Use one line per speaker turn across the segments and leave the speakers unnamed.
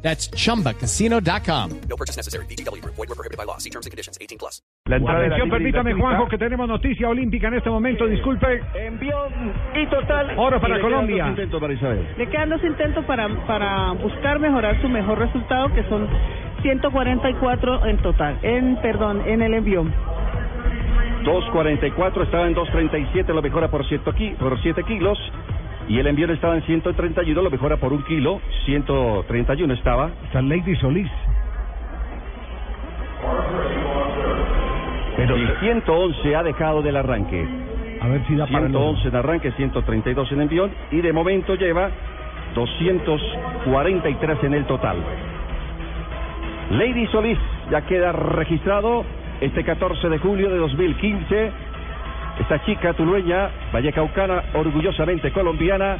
That's chumbacasino.com.
No purchase necessary. BGW. Void were prohibited by law. See terms and conditions. 18 plus.
La entrada de la
Atención,
Liga
permítame
Italiana.
Juanjo, que tenemos noticia olímpica en este momento, disculpe.
Envión y total.
Oro
Y
para
le quedan dos
Colombia.
intentos para Isabel.
Le quedan dos intentos para, para buscar mejorar su mejor resultado, que son 144 en total, en perdón, en el envión.
2.44, estaba en 2.37, lo mejora por 7 ki- por siete kilos. Y el envío estaba en 131, lo mejora por un kilo. 131 estaba.
San Lady Solís. Pero,
Y 111 ha dejado del arranque.
a ver si da para el otro.
111 en arranque, 132 en envión. Y de momento lleva 243 en el total. Lady Solís ya queda registrado este 14 de julio de 2015. Esta chica tulueña, vallecaucana, orgullosamente colombiana,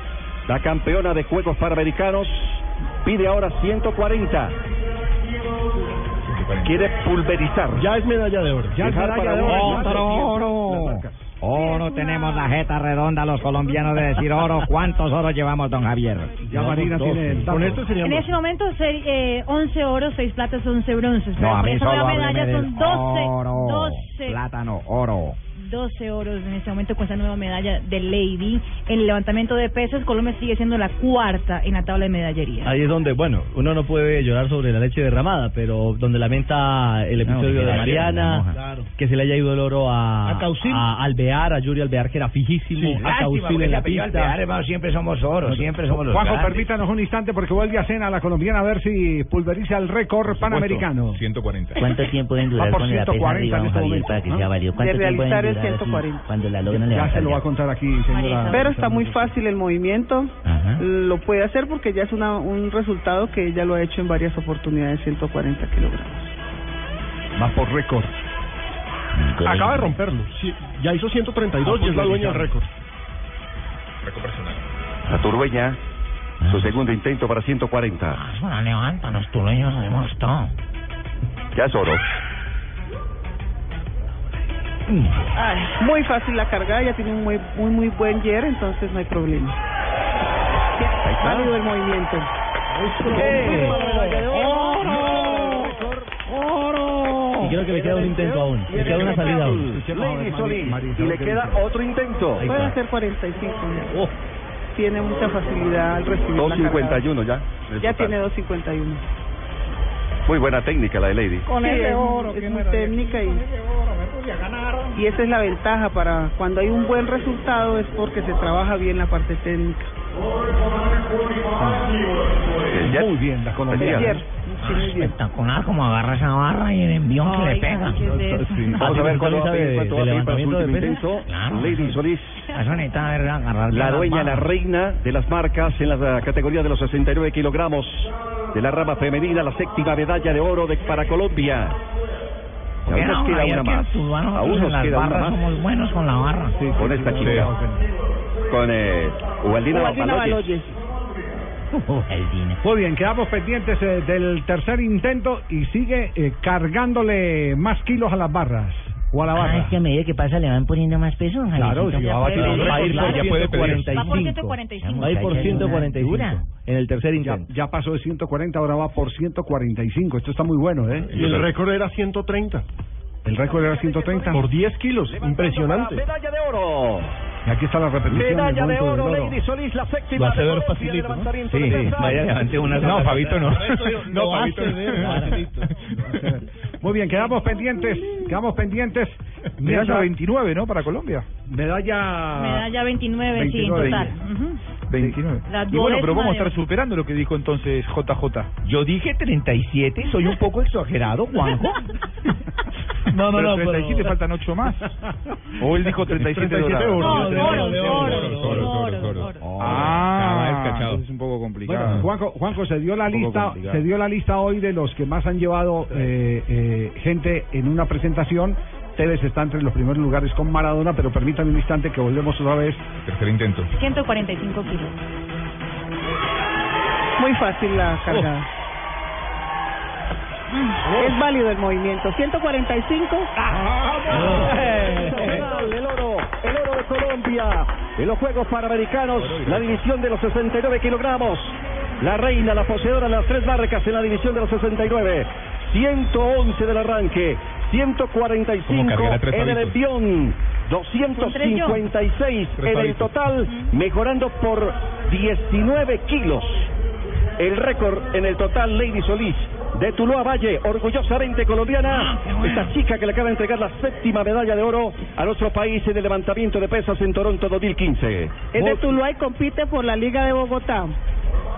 la campeona de Juegos Panamericanos, pide ahora 140. Quiere pulverizar. Ya es medalla de oro.
Ya es medalla de oro. Oro.
Oro, Oh, tenemos la jeta redonda los colombianos de decir oro. ¿Cuántos oros llevamos, don Javier?
Ya Marina tiene el dato.
Con esto
En ese momento, se- eh, 11 oros, 6 platas, 11 bronces.
No, a
Por
mí
eso la
solo
medalla
hábleme del
son 12,
oro.
12,
Plátano, oro.
12 oros en este momento con esta nueva medalla de Lady. En el levantamiento de pesas, Colombia sigue siendo la cuarta en la tabla de medallería.
Ahí es donde, bueno, uno no puede llorar sobre la leche derramada, pero donde lamenta el
No,
episodio
que
de
la
Mariana,
moja.
que se le haya ido el oro a,
A Causil.
a Alvear, a Yuri Alvear, que era fijísimo, a Causil en la pista.
siempre somos oro, siempre somos los
Juanjo, permítanos un instante porque vuelve a cena la colombiana a ver si pulveriza el récord panamericano.
140.
¿Cuánto tiempo deben
durar Va por con la pesa 140 arriba, en don este Javier, momento, para que ¿no? sea
válido?
¿Cuánto De tiempo deben realizar el durar así 140?
cuando la
Ya se lo va a contar aquí, señora.
Marisa.
Pero está muy fácil el movimiento.
¿Eh?
Ajá.
Lo puede hacer porque ya es una, un resultado que ella lo ha hecho en varias oportunidades, 140 kilogramos.
Más por récord.
Acaba de
romperlo. ya hizo 132
y es la dueña del
récord.
La turbeña,
Ah.
su segundo intento para 140.
Ah, Bueno, levántanos, tuleños, hemos estado.
Ya es oro.
Muy fácil la carga, ella tiene un muy, muy, muy buen yer, entonces no hay problema. Válido el movimiento.
¡Eh!
Y creo que le queda un intento aún, le queda una salida aún.
Lady Solís, y le queda otro intento.
Puede hacer 45. ¿no?
Oh.
Tiene mucha facilidad al recibir la carga.
251 ya. en
Ya
total.
tiene 251.
Muy buena técnica la de Lady.
Con ese oro. Es muy técnica y... Y esa es la ventaja para cuando hay un buen resultado es porque se trabaja bien la parte técnica.
El jet.
Muy bien, la
Bien.
colombiana.
Ayer, sí, muy bien.
Espectacular como agarra esa barra y el envión que le pega.
Vamos a ver cuánto va a pedir, cuánto va a pedir para su
¿De levantamiento de
último
pesas?
intento.
Claro.
Lady Solís,
Eso necesita ver agarrar bien
la
las
dueña, la
barras.
reina de las marcas en la categoría de los 69 kilogramos de la rama femenina, la séptima medalla de oro de, para Colombia. Y Aún
Mira,
nos queda
Javier,
una
que
más.
tú, a nosotros
Aún
en
nos
las
queda
barras
una más
somos buenos con la barra.
con esta chica. Con eh, Ubaldina
Ubaldina
Baloyes.
Baloyes.
El dinero.
Muy bien, quedamos pendientes eh, del tercer intento y sigue eh, cargándole más kilos a las barras. O a la barra.
Ah, es que a medida que pasa le van poniendo más peso, don
Claro,
Javiercito.
si va a batir un
Ya
Va a ir
récord,
por
puede-
ya puede pedir.
Va por
145.
145.
Va a ir por 145
Dura.
en el tercer
Ya,
intento.
ya pasó de 140, ahora va por 145. Esto está muy bueno, ¿eh?
Y el récord
era 130. El récord era 130. Por 10 kilos.
Medalla de oro.
Y aquí está la repetición.
Medalla
del
de
momento
oro,
del
Lady Solís, la
Lo
séptima.
hace
de
ver
Colombia de
facilito, ¿no?
levantamiento de
Sí,
pesas.
vaya, levanté una.
No, Fabito no.
Lo
No,
hace
Fabito
ver facilito.
Muy bien, quedamos pendientes. Quedamos pendientes. Medalla 29, ¿no? Para Colombia. Medalla.
Medalla 29, sí, en
29.
total. Ujú.
29.
La
Y bueno, pero
duodécima
vamos a
de-
estar superando lo que dijo entonces JJ.
Yo dije 37, soy un poco exagerado, Juanjo.
No, no, no.
pero-
37 faltan 8 más. O él dijo 37,
37
dorados.
euros.
No,
Yo tenía-
oro,
yo tenía-
oro, oro, oro.
Ah,
Ah,
pues
entonces es un poco complicado.
Bueno, Juanco, Juanco, se dio la
Un poco
lista,
complicado.
se dio la lista hoy de los que más han llevado eh, eh, gente en una presentación. Tevez está entre los primeros lugares con Maradona, pero permítame un instante que volvemos otra vez.
Tercer intento.
145 kilos.
Muy fácil la cargada. Es válido el movimiento. 145.
El oro, el oro de Colombia. En los Juegos Panamericanos, la división de los 69 kilogramos. La reina, la poseedora de las tres marcas en la división de los 69. 111 del arranque, 145 en el envión, 256 en el total, mejorando por 19 kilos. El récord en el total, Lady Solís, de Tuluá Valle, orgullosamente colombiana. Esta chica que le acaba de entregar la séptima medalla de oro a nuestro país en el levantamiento de pesas en Toronto 2015.
Es de
Muy-
Tuluá y compite por la Liga de Bogotá.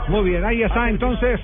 Muy bien, ahí está entonces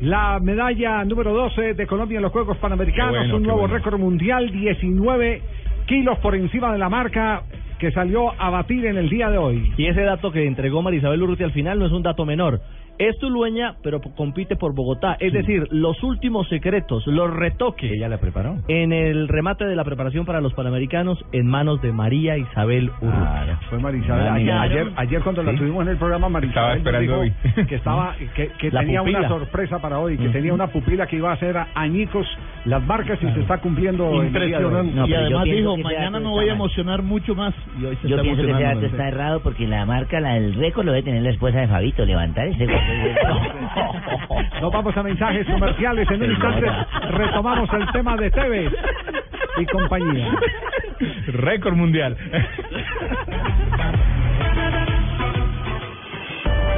la medalla número 12 de Colombia en los Juegos Panamericanos, un nuevo récord mundial, 19 kilos por encima de la marca que salió a batir en el día de hoy.
Y ese dato que entregó Marisabel Urrutia al final no es un dato menor. Es tulueña, pero p- compite por Bogotá. Es decir, los últimos secretos, los retoques. Ella la preparó. En el remate de la preparación para los Panamericanos en manos de María Isabel Urrutia.
Fue Marisabel. Ayer,
Claro.
ayer, ayer cuando la tuvimos en el programa, Marisabel
Estaba esperando
nos dijo
hoy.
que estaba que, que
La
tenía una
pupila.
sorpresa para hoy, que tenía una pupila que iba a hacer añicos las marcas y se está cumpliendo. en el día de hoy.
Impresionante. No,
y
pero yo
además
pienso
dijo,
que ese
mañana
dato
me
está
voy a
mal".
emocionar mucho más. Y hoy se
Yo
está
pienso que ese dato
emocionando.
está errado porque la marca, la del récord, lo debe tener la esposa de Fabito. Levantar ese
Nos vamos a mensajes comerciales. En un instante retomamos el tema de Tevez y compañía.
Récord mundial.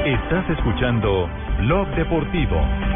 Estás escuchando Blog Deportivo.